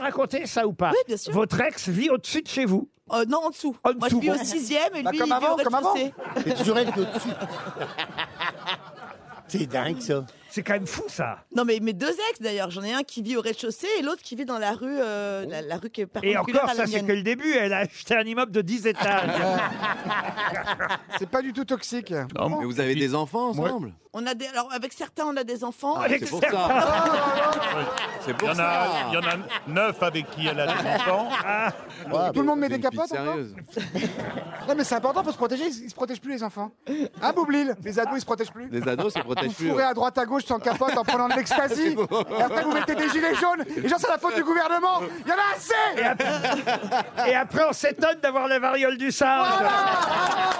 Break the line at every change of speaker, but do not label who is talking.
raconter ça ou pas
Oui, bien sûr.
Votre ex vit au-dessus de chez vous.
Euh, non, en dessous.
En
Moi,
dessous,
je vis
bon.
au sixième et lui,
Bah,
il
comme
vit
avant,
au
comme avant.
rez-de-chaussée.
Et tu rêves de dessus. C'est dingue ça.
C'est quand même fou ça.
Non, mais mes deux ex, d'ailleurs. J'en ai un qui vit au rez-de-chaussée et l'autre qui vit dans la rue, euh, la, la rue qui est
Et
perpendiculaire
encore,
à la
ça c'est
mienne.
que le début. Elle a acheté un immeuble de 10 étages.
C'est pas du tout toxique.
Ah,
Oh.
mais vous avez des enfants
Moi-
ensemble
On a des, alors, avec certains, on a des enfants.
Ah, Avec
C'est pour
certains-
ça. C'est
Il y
pour
en
ça.
a, il y en a neuf avec qui elle a des enfants.
Ouais,
Tout le monde met
C'est
des
une fille
capotes encore
sérieuse.
Non, mais c'est important, faut se protéger. Ils ils se protègent plus, les enfants. Hein, Boublil Les ados, ils se protègent plus.
Les ados se
Vous
protègent plus.
fourrez à droite à gauche sans capote en prenant de l'ecstasy. Et après, vous mettez des gilets jaunes. Et genre, c'est la faute du gouvernement. Il y en a assez
Et après, on s'étonne d'avoir la variole du singe.
Voilà